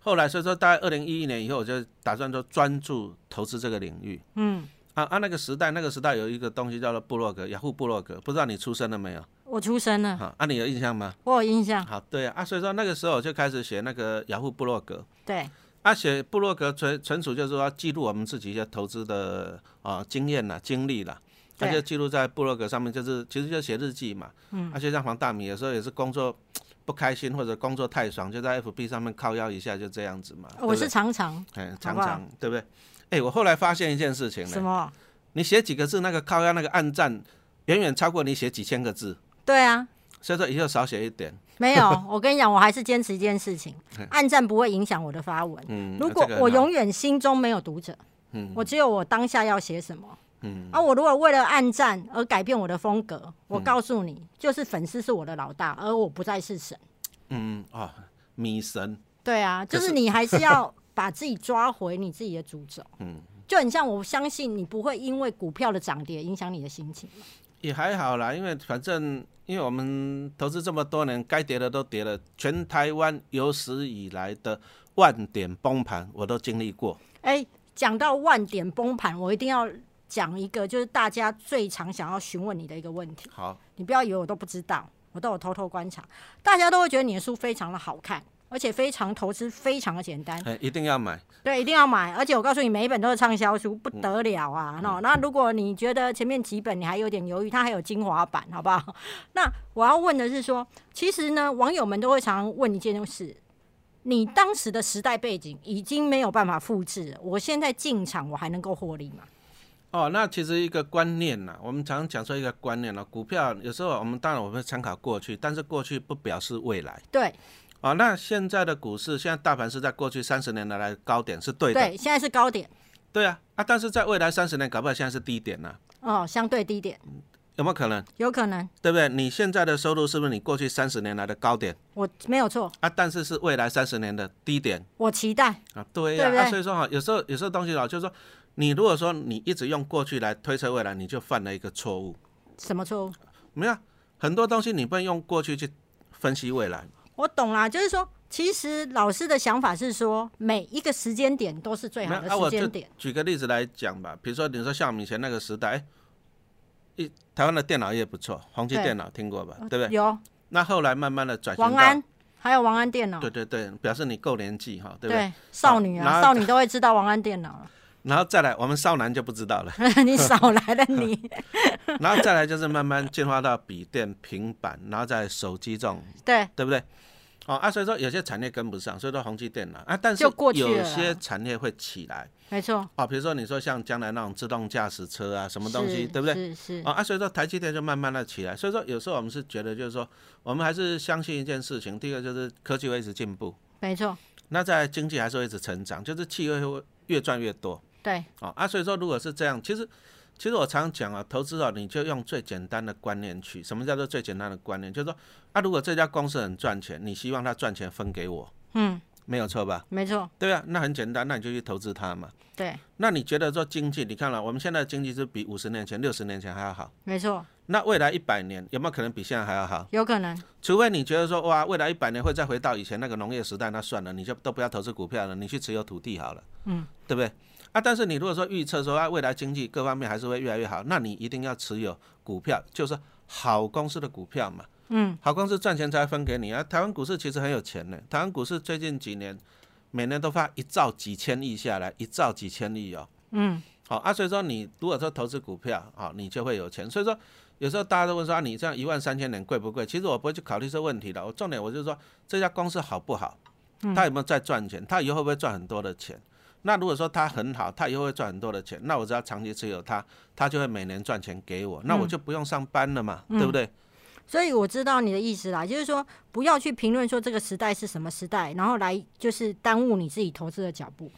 S2: 后来所以说大概二零一一年以后，我就打算说专注投资这个领域。嗯，啊啊，那个时代那个时代有一个东西叫做部落格，雅虎部落格，不知道你出生了没有？
S1: 我出生了，
S2: 啊，啊，你有印象吗？
S1: 我有印象，
S2: 好，对啊，啊所以说那个时候我就开始写那个雅虎部落格。
S1: 对，
S2: 啊，写部落格纯纯属就是说记录我们自己一些投资的啊、经验啦、经历啦，那、
S1: 对啊
S2: 就记录在部落格上面，就是其实就写日记嘛。嗯，而且像黄大米有时候也是工作不开心或者工作太爽，就在 FB 上面靠腰一下，就这样子嘛。对
S1: 哦我
S2: 不
S1: 是
S2: 对
S1: 常常
S2: 哎，
S1: 好
S2: 常
S1: 不好
S2: 常对不对？哎，我后来发现一件事情
S1: 什
S2: 呢，
S1: 么？
S2: 你写几个字，那个靠腰那个暗赞，远远超过你写几千个字，
S1: 对啊，
S2: 所以说以后少写一点。
S1: 没
S2: [laughs]
S1: 有，我跟你讲，我还是坚持一件事情，暗战不会影响我的发文。
S2: 嗯，
S1: 如
S2: 这
S1: 果
S2: 个很
S1: 我
S2: 好
S1: 永远心中没有读者，
S2: 嗯
S1: 我只有我当下要写什么。啊，我如果为了暗战而改变我的风格，我
S2: 嗯
S1: 告诉你，就是粉丝是我的老大，而我不再是神。
S2: 嗯哦，米神
S1: 对啊，就
S2: 可
S1: 是
S2: 是
S1: 你还是要把自己抓回你自己的主轴。
S2: [laughs] 嗯
S1: 就很像我相信你不会因为股票的涨跌影响你的心情。
S2: 也还好啦，因为反正因为我们投资这么多年，该跌的都跌了，全台湾有史以来的万点崩盘我都经历过。
S1: 哎，讲到万点崩盘，我一定要讲一个，就是大家最常想要询问你的一个问题。
S2: 好，
S1: 你不要以为我都不知道，我都有偷偷观察。大家都会觉得你的书非常的好看，而且非常投资非常的简单，
S2: 哎，一定要买。
S1: 对，一定要买。而且我告诉你，每一本都是畅销书，不得了啊！那、那如果你觉得前面几本你还有点犹豫，它还有精华版，好不好？那我要问的是说，其实呢，网友们都会常常问一件事。你当时的时代背景已经没有办法复制了，我现在进场我还能够获利吗？
S2: 哦，那其实一个观念呐、我们常常讲说一个观念了、股票有时候我们当然我们会参考过去，但是过去不表示未来。
S1: 对
S2: 哦，那现在的股市，现在大盘是在过去三十年来的高点，是对的，
S1: 对，现在是高点
S2: 对啊，啊，但是在未来三十年，搞不好现在是低点呢、
S1: 哦，相对低点，
S2: 有没有可能？
S1: 有可能
S2: 对不对？你现在的收入是不是你过去三十年来的高点？
S1: 我没有错，
S2: 啊，但是是未来三十年的低点
S1: 我期待。
S2: 啊，对呀、
S1: 对不对
S2: 啊，所以说哈，有时候有时候东西啊，就是说，你如果说你一直用过去来推测未来，你就犯了一个错误。
S1: 什么错误？
S2: 没有啊很多东西你不能用过去去分析未来，
S1: 我懂啦，就是说，其实老师的想法是说，每一个时间点都是最
S2: 没
S1: 好
S2: 有
S1: 的
S2: 啊，我
S1: 时
S2: 就
S1: 间点。
S2: 举个例子来讲吧，比如说你说像我们以前那个时代，哎一台湾的电脑业不错，宏基
S1: 对哦
S2: 电脑听过吧，对不对？啊
S1: 有
S2: 那后来慢慢的转型
S1: 王
S2: 到
S1: 安，还有王安电脑，
S2: 对对对，表示你够年纪哈，对不对？
S1: 对，少女
S2: 然
S1: 啊，
S2: 后
S1: 少女都会知道王安电脑 [laughs] 了。
S2: 然后再来，我们少男就不知道了，
S1: 你少来了你，
S2: [laughs] 然后再来就是慢慢进化到笔电、平板，然后再手机这种，
S1: 对，
S2: 对不对？哦啊，所以说有些产业跟不上，所以说宏基电脑啊，但是
S1: 就过去了
S2: 有
S1: 啦
S2: 些产业会起来
S1: 没错，
S2: 啊、哦，比如说你说像将来那种自动驾驶车啊，什么东西，
S1: 是
S2: 对不对？
S1: 是是，
S2: 啊啊，所以说台积电就慢慢的起来，所以说有时候我们是觉得就是说，我们还是相信一件事情，第一个就是科技会一直进步，
S1: 没错，
S2: 那在经济还是会一直成长，就是企业会越赚越多
S1: 对，
S2: 啊啊，所以说如果是这样，其实其实我常讲啊，投资哦，你就用最简单的观念去，什么叫做最简单的观念？就是说啊，如果这家公司很赚钱，你希望它赚钱分给我，
S1: 嗯，
S2: 没有错吧？
S1: 没错，
S2: 对啊，那很简单，那你就去投资它嘛。
S1: 对，
S2: 那你觉得说经济，你看了我们现在的经济是比五十年前、六十年前还要好。
S1: 没错，
S2: 那未来一百年有没有可能比现在还要好？
S1: 有可能，
S2: 除非你觉得说，哇，未来一百年会再回到以前那个农业时代，那算了，你就都不要投资股票了，你去持有土地好了，嗯，对不对？啊，但是你如果说预测说啊，未来经济各方面还是会越来越好，那你一定要持有股票，就是好公司的股票嘛，嗯，好公司赚钱才会分给你啊。台湾股市其实很有钱呢，台湾股市最近几年每年都发一兆几千亿下来，一兆几千亿哦，嗯，好、啊，所以说你如果说投资股票啊、你就会有钱，所以说。有时候大家都问说、啊、你这样一万三千点贵不贵？其实我不会去考虑这问题的。我重点我就是说这家公司好不好，它有没有在赚钱，它以后会不会赚很多的钱？那如果说它很好，它以后会赚很多的钱，那我只要长期持有它，它就会每年赚钱给我，那我就不用上班了嘛，对不对？
S1: 所以我知道你的意思啦，就是说不要去评论说这个时代是什么时代，然后来就是耽误你自己投资的脚步。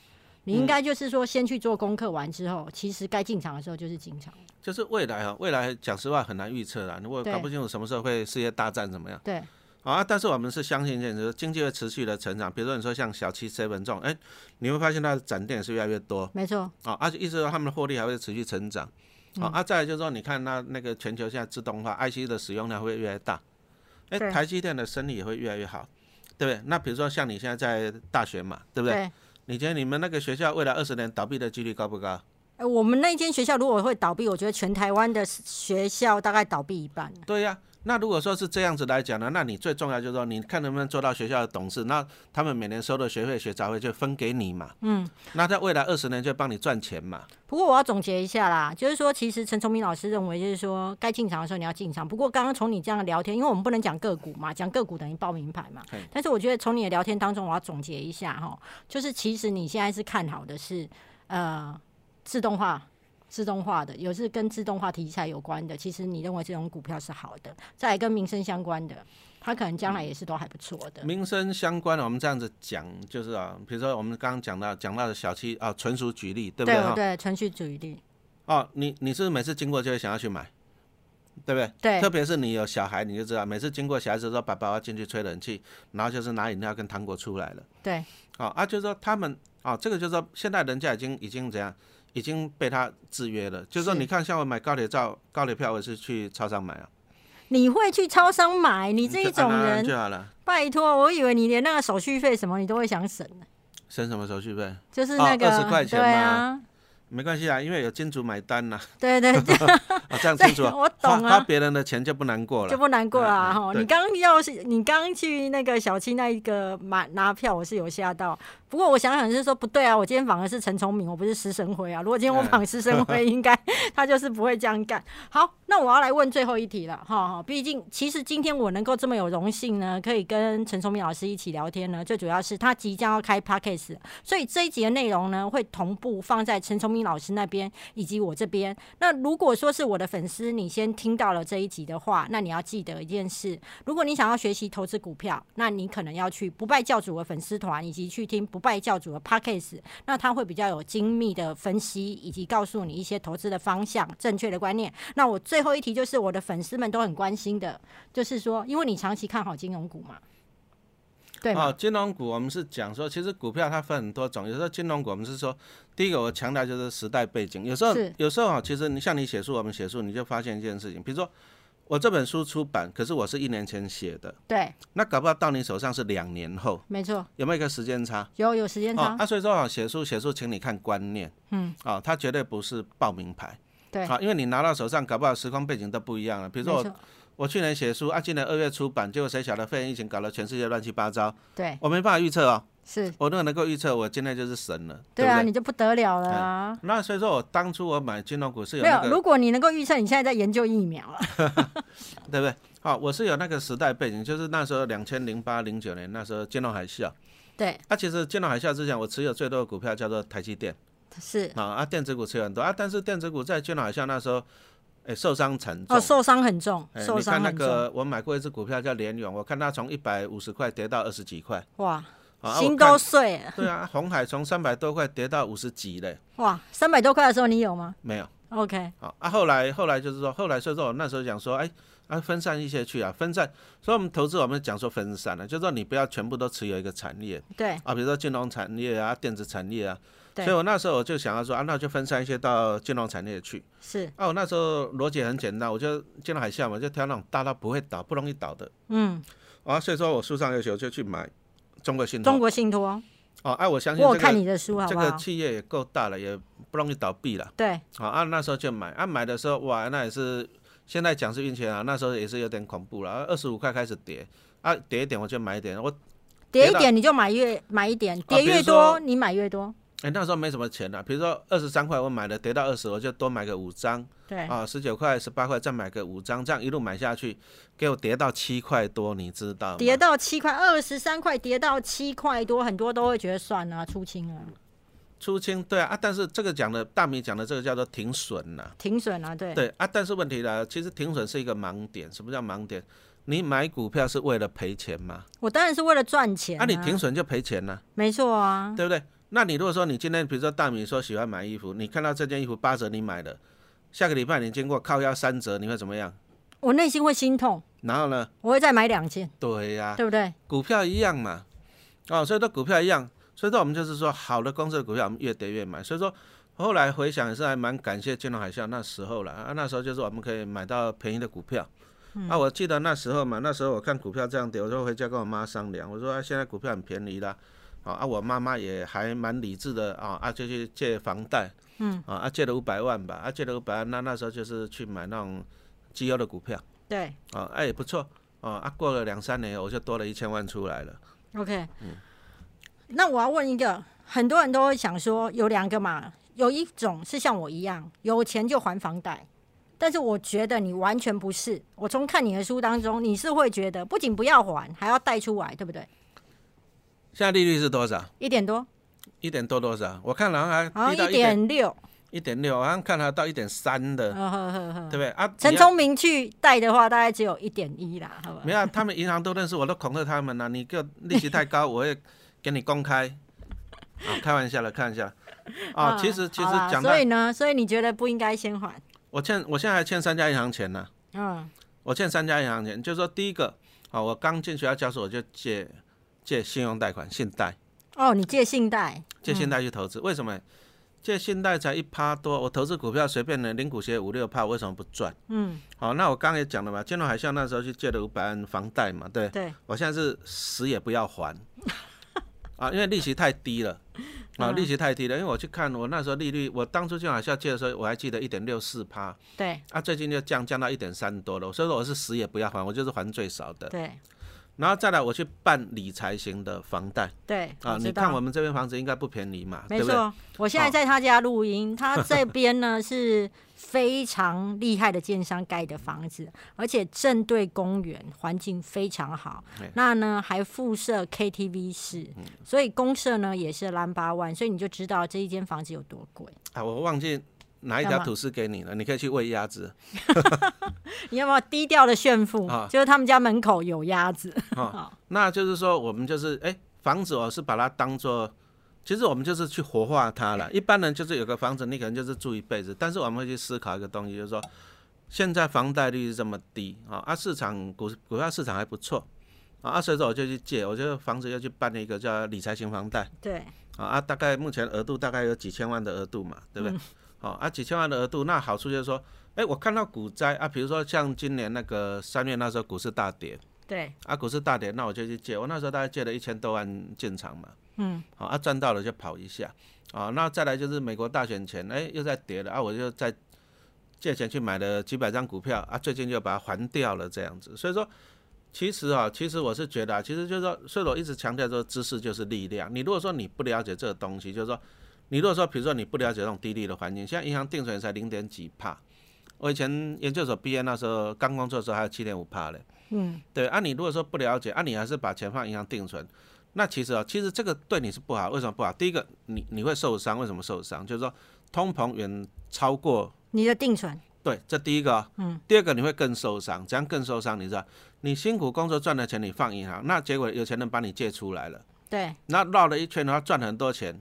S1: 你应该就是说先去做功课，完之后，其实该进场的时候就是进场。
S2: 就是未来啊，未来讲实话很难预测啦，我
S1: 对
S2: 搞不清楚什么时候会世界大战怎么样。
S1: 对，
S2: 啊，但是我们是相信一件事，就是经济会持续的成长。比如说你说像小七 seven 这种，哎，你会发现它的展店也是越来越多，
S1: 没错，
S2: 啊，而且意思说他们的获利还会持续成长。
S1: 嗯
S2: 啊，啊，再来就是说，你看那那个全球现在自动化，IC 的使用量会越来越大，哎、
S1: 对
S2: 台积电的生意也会越来越好，对不对？那比如说像你现在在大学嘛，对不对？
S1: 对。
S2: 你觉得你们那个学校未来二十年倒闭的几率高不高？
S1: 呃我们那间学校如果会倒闭，我觉得全台湾的学校大概倒闭一半。
S2: 对呀、那如果说是这样子来讲呢，那你最重要就是说，你看能不能做到学校的董事，那他们每年收的学费、学杂费就分给你嘛，嗯，那在未来二十年就帮你赚钱嘛，
S1: 不过我要总结一下啦，就是说，其实陈崇明老师认为，就是说该进场的时候你要进场。不过刚刚从你这样的聊天，因为我们不能讲个股嘛，讲个股等于报名牌嘛
S2: 嘿。
S1: 但是我觉得从你的聊天当中，我要总结一下哈，就是其实你现在是看好的是呃自动化。自动化的，有是跟自动化题材有关的，其实你认为这种股票是好的，再来跟民生相关的，它可能将来也是都还不错的。
S2: 民生相关的，我们这样子讲，就是啊，比如说我们刚刚讲到讲到的小七啊，纯属举例，对不对
S1: 对
S2: 哈？
S1: 对，程序主义力，
S2: 哦，你你是不是每次经过就会想要去买，对不对？
S1: 对
S2: 特别是你有小孩，你就知道，每次经过小孩子说爸爸我要进去吹冷气，然后就是拿饮料跟糖果出来了。
S1: 对
S2: 哦啊，就是说他们哦，这个就是说现在人家已经已经怎样，已经被他制约了。就是说
S1: 是
S2: 你看，像我买高铁照高铁票，我也是去超商买啊，
S1: 你会去超商买，你
S2: 你
S1: 这一种人
S2: 嗯就好了，
S1: 拜托，我以为你连那个手续费什么你都会想省呢，
S2: 省什么手续费？
S1: 就是那个
S2: 哦20块钱
S1: 对啊，
S2: 没关系啊，因为有金主买单呐、
S1: 对
S2: [laughs]
S1: 对对，
S2: 啊，这样清楚啊
S1: 对我懂啊
S2: 花花别人的钱就不难过
S1: 就
S2: 了。
S1: 不难过啦
S2: 嗯嗯
S1: 哈。
S2: 对
S1: 你刚刚要是你刚刚去那个小七那一个买拿票，我是有吓到。不过我想想是说不对啊，我今天访的是陈崇明，我不是施生辉啊。如果今天我
S2: 嗯
S1: 访施生辉，应该 [laughs] 他就是不会这样干。好，那我要来问最后一题了哈哈。毕竟其实今天我能够这么有荣幸呢，可以跟陈崇明老师一起聊天呢，最主要是他即将要开 podcast 了所以这一集的内容呢，会同步放在陈崇明老师那边以及我这边。那如果说是我的粉丝，你先听到了这一集的话，那你要记得一件事：如果你想要学习投资股票，那你可能要去不败教主的粉丝团，以及去听不败教主的 podcast，那他会比较有精密的分析，以及告诉你一些投资的方向、正确的观念。那我最后一题就是我的粉丝们都很关心的，就是说，因为你长期看好金融股嘛，对吗？
S2: 哦，金融股我们是讲说，其实股票它分很多种，有时候金融股我们是说，第一个我强调就是时代背景，有时候
S1: 是
S2: 有时候啊，其实你像你写书，我们写书，你就发现一件事情，比如说我这本书出版，可是我是一年前写的，
S1: 对，
S2: 那搞不好到你手上是两年后，
S1: 没错，
S2: 有没有一个时间差？
S1: 有有时间差，
S2: 哦，啊，所以说啊，写书写书，请你看观念，嗯，啊、它绝对不是报名牌，
S1: 对，
S2: 啊，因为你拿到手上，搞不好时空背景都不一样了。比如说
S1: 没
S2: 我
S1: 错，
S2: 我去年写书啊，今年二月出版，结果谁晓得肺炎疫情搞得全世界乱七八糟，
S1: 对，
S2: 我没办法预测哦。
S1: 是，
S2: 我如果能够预测，我今天就是神了，
S1: 对啊，
S2: 不
S1: 你
S2: 对？
S1: 就不得了了啊！
S2: 那所以说我当初我买金融股是有
S1: 没
S2: 那
S1: 有，
S2: 个，
S1: 如果你能够预测，你现在在研究疫苗了。
S2: 对不对？好、我是有那个时代背景，就是那时候两千零八零九年那时候金融海啸。
S1: [laughs] 对，
S2: 啊，其实金融海啸之前，我持有最多的股票叫做台积电
S1: 是
S2: 啊，啊，电子股持有很多啊，但是电子股在金融海啸那时候，哎、受伤惨重。
S1: 哦，受伤很重，
S2: 哎
S1: 受
S2: 你看
S1: 伤
S2: 那
S1: 很重，
S2: 个，我买过一只股票叫联勇，我看它从一百五十块跌到二十
S1: [laughs]
S2: 几块，
S1: 哇，
S2: 啊，
S1: 心
S2: 我看
S1: 都碎了，
S2: 对啊，红海从三百多块跌到五十几嘞，
S1: 哇，三百多块的时候你有吗
S2: 没有。
S1: ？OK，
S2: 好啊，后来后来就是说，后来所以说我那时候讲说，哎，啊分散一些去啊，分散。所以我们投资我们讲说分散了、就是说你不要全部都持有一个产业
S1: 对
S2: 啊，比如说金融产业啊、电子产业啊。
S1: 对
S2: 所以我那时候我就想要说啊，那就分散一些到金融产业去。
S1: 是，
S2: 啊，我那时候逻辑很简单，我就金融海啸嘛，就挑那种大到不会倒、不容易倒的。
S1: 嗯，
S2: 啊，所以说我书上有写，我就去买中国信
S1: 中
S2: 托。
S1: 国信托，
S2: 哦，啊，我相信
S1: 我有
S2: 这
S1: 看
S2: 个
S1: 你的书好
S2: 这
S1: 不
S2: 个
S1: 好？
S2: 企业也够大了，也不容易倒闭了。
S1: 对，
S2: 好啊，那时候就买啊，买的时候哇，那也是现在讲是运气啊，那时候也是有点恐怖了，啊二十五块开始跌啊，跌一点我就买一点，我
S1: 跌
S2: 跌
S1: 一
S2: 到啊
S1: 点你就买越买一点，跌
S2: 比如
S1: 越多
S2: 说
S1: 你买越多，
S2: 哎、那时候没什么钱了、比如说二十三块我买的，跌到二十我就多买个五张
S1: 对，
S2: 啊，十九块、十八块再买个五张，这样一路买下去，给我跌到七块多，你知道吗？
S1: 跌到七块二十三块，跌到七块多，很多都会觉得算了、出清了，
S2: 出清对啊啊，但是这个讲的大米讲的这个叫做停损了、
S1: 停损了、啊，对，
S2: 对啊，但是问题呢，其实停损是一个盲点，什么叫盲点？你买股票是为了赔钱吗？
S1: 我当然是为了赚钱、
S2: 啊，你停，损就赔钱了、
S1: 没错啊，
S2: 对不对？那你如果说你今天比如说大米说喜欢买衣服，你看到这件衣服八折你买了，下个礼拜你经过靠腰三折，你会怎么样？
S1: 我内心会心痛，
S2: 然后呢？
S1: 我会再买两件，
S2: 对呀、
S1: 对不对？
S2: 股票一样嘛，哦，所以说股票一样，所以说我们就是说好的公司的股票我们越跌越买，所以说。后来回想也是还蛮感谢金融海啸那时候了啊，那时候就是我们可以买到便宜的股票、啊。我记得那时候嘛，那时候我看股票这样跌，我就回家跟我妈商量，我说、啊、现在股票很便宜啦，啊啊，我妈妈也还蛮理智的啊啊，就去借房贷，嗯啊啊借了五百万吧，啊借了五百万，那那时候就是去买那种绩优的股票
S1: 对
S2: 啊，哎、不错啊啊，过了两三年我就多了一千万出来了。
S1: ，OK，、那我要问一个，很多人都会想说，有两个嘛，有一种是像我一样，有钱就还房贷。但是我觉得你完全不是，我从看你的书当中，你是会觉得不仅不要还，还要贷出来，对不
S2: 嗯
S1: 对？
S2: 现在利率是多少？
S1: 一点多，
S2: 一点多多少？我看好像还
S1: 好
S2: 低
S1: 像
S2: 到
S1: 一
S2: 一点
S1: 点六，
S2: 一点六，好像看它到一点三的，
S1: 呵呵呵
S2: 对
S1: 呵。
S2: 不对啊？
S1: 陈
S2: 你要
S1: 聪明去贷的话，大概只有一点一啦，好吧？
S2: 没有啊，他们银行都认识我，都恐吓他们了、你给我利息
S1: [laughs]
S2: 太高，我会给你公开。啊，开玩笑了，开玩笑了。啊，其实其实
S1: 好啦
S2: 讲到
S1: 所以呢，所以你觉得不应该先还？
S2: 我欠，我现在还欠三家银行钱呢、
S1: 嗯，
S2: 我欠三家银行钱，就是说第一个，啊，我刚进学校教授我就借借信用贷款，信贷，
S1: 哦，你借信贷，
S2: 借信贷去投资，为什么？借信贷才一趴多，我投资股票随便的零股息五六趴，我为什么不赚？
S1: 嗯，
S2: 好，那我刚刚也讲了嘛，金融海啸那时候去借了五百万房贷嘛，对
S1: 对，
S2: 我现在是死也不
S1: [laughs]
S2: 要还啊，因为利息太低了
S1: 嗯
S2: 啊，利息太低了。因为我去看我那时候利率，我当初金融海啸借的时候，我还记得一点六四趴
S1: 对，
S2: 啊，最近就降降到一点三多了，所以说我是死也不要还，我就是还最少的。
S1: 对，
S2: 然后再来我去办理财型的房贷
S1: 对，
S2: 啊，
S1: 知
S2: 你
S1: 道
S2: 看我们这边房子应该不便宜嘛，对
S1: 没
S2: 不对？
S1: 错，我现在在他家录音，他这边呢是非常厉害的建商盖的房子，而且正对公园，环境非常好
S2: 对。嗯
S1: 那呢还附设 KTV 室，所以公社呢也是兰八万，所以你就知道这一间房子有多贵。
S2: 啊，我忘记拿一
S1: 干
S2: 条
S1: 嘛
S2: 吐司给你了，你可以去喂
S1: [laughs]
S2: 鸭子。
S1: 你有没有低调的炫富？
S2: 啊
S1: 就是他们家门口有鸭子。 [laughs]
S2: 那就是说，我们就是哎、房子我是把它当做，其实我们就是去活化
S1: [laughs]
S2: 它了。一般人就是有个房子，你可能就是住一辈子，但是我们会去思考一个东西，就是说，现在房贷率是这么低啊，啊，市场股股票市场还不错啊，啊，所以说我就去借，我就房子又去办了一个叫理财型房贷
S1: 对，
S2: 啊，啊，大概目前额度大概有几千万的额度嘛，对不对？好、啊，几千万的额度，那好处就是说，哎、我看到股灾啊，比如说像今年那个三月那时候股市大跌，
S1: 对，
S2: 啊，股市大跌，那我就去借。我那时候大概借了一千多万进场嘛，嗯，好啊，赚到了就跑一下，啊，那再来就是美国大选前，哎，又在跌了啊，我就再借钱去买了几百张股票啊，最近就把它还掉了这样子。所以说，其实啊，其实我是觉得啊，其实就是说，所以我一直强调说，知识就是力量。你如果说你不了解这个东西，就是说，你如果说比如说你不了解这种低利的环境，现在银行定存才零点几帕，我以前研究所毕业那时候刚工作的时候还有七点五帕嘞。嗯，对啊，你如果说不了解，啊，你还是把钱放银行定存。那其实啊，其实这个对你是不好，为什么不好？第一个，你你会受伤，为什么受伤？就是说，通膨远超过
S1: 你的定存，
S2: 对，这第一个、嗯，第二个你会更受伤，怎样更受伤？你知道，你辛苦工作赚的钱你放银行，那结果有钱人帮你借出来了，
S1: 对，
S2: 那绕了一圈的话赚很多钱，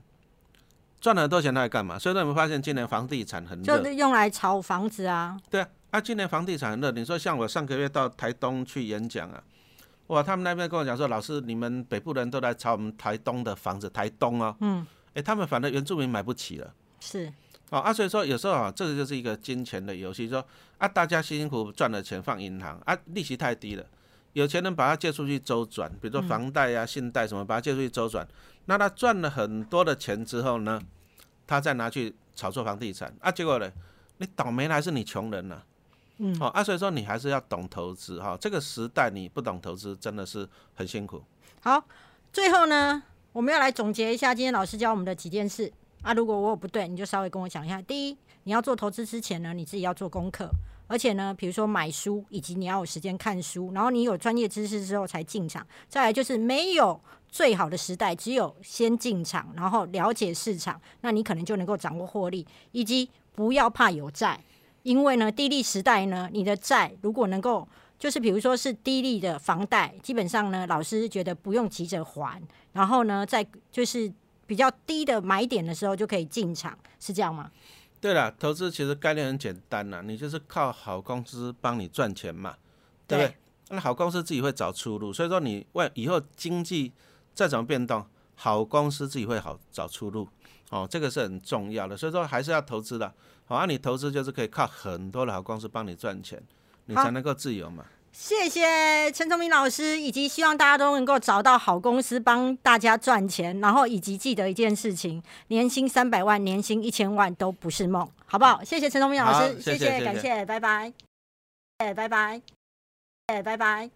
S2: 赚了很多钱他来干嘛？所以说你们发现今年房地产很热
S1: 就，是用来炒房子啊，
S2: 对啊，啊，今年房地产很热。你说像我上个月到台东去演讲啊，哇，他们那边跟我讲说，老师，你们北部人都来炒我们台东的房子，台东哦，嗯，哎，他们反正原住民买不起了。
S1: 是
S2: 哦啊，所以说有时候啊，这个就是一个金钱的游戏，说啊，大家辛辛苦苦赚了钱放银行啊，利息太低了，有钱人把它借出去周转，比如说房贷啊、信贷什么，把它借出去周转，那他赚了很多的钱之后呢，他再拿去炒作房地产啊，结果呢，你倒霉的还是你穷人呐、嗯，哦啊，所以说你还是要懂投资哈、这个时代你不懂投资真的是很辛苦。
S1: 好，最后呢，我们要来总结一下今天老师教我们的几件事啊。如果我有不对，你就稍微跟我讲一下。第一，你要做投资之前呢，你自己要做功课，而且呢，比如说买书，以及你要有时间看书，然后你有专业知识之后才进场。再来就是没有。最好的时代只有先进场，然后了解市场，那你可能就能够掌握获利，以及不要怕有债，因为呢，低利时代呢，你的债如果能够就是比如说是低利的房贷，基本上呢，老师觉得不用急着还，然后呢，在就是比较低的买点的时候就可以进场，是这样吗？
S2: 对了，投资其实概念很简单啦，你就是靠好公司帮你赚钱嘛，对不对？
S1: 对
S2: 那好公司自己会找出路，所以说你为以后经济再怎么变动，好公司自己会好找出路，哦，这个是很重要的，所以说还是要投资的。好、啊，你投资就是可以靠很多的好公司帮你赚钱，你
S1: 好
S2: 才能够自由嘛。
S1: 谢谢陈崇明老师，以及希望大家都能够找到好公司帮大家赚钱，然后以及记得一件事情：年薪三百万、年薪一千万都不是梦，好不好？谢谢陈崇明老
S2: 好
S1: 师，
S2: 谢谢
S1: 谢
S2: 谢谢
S1: 感谢，拜拜，哎，拜拜，哎，拜拜。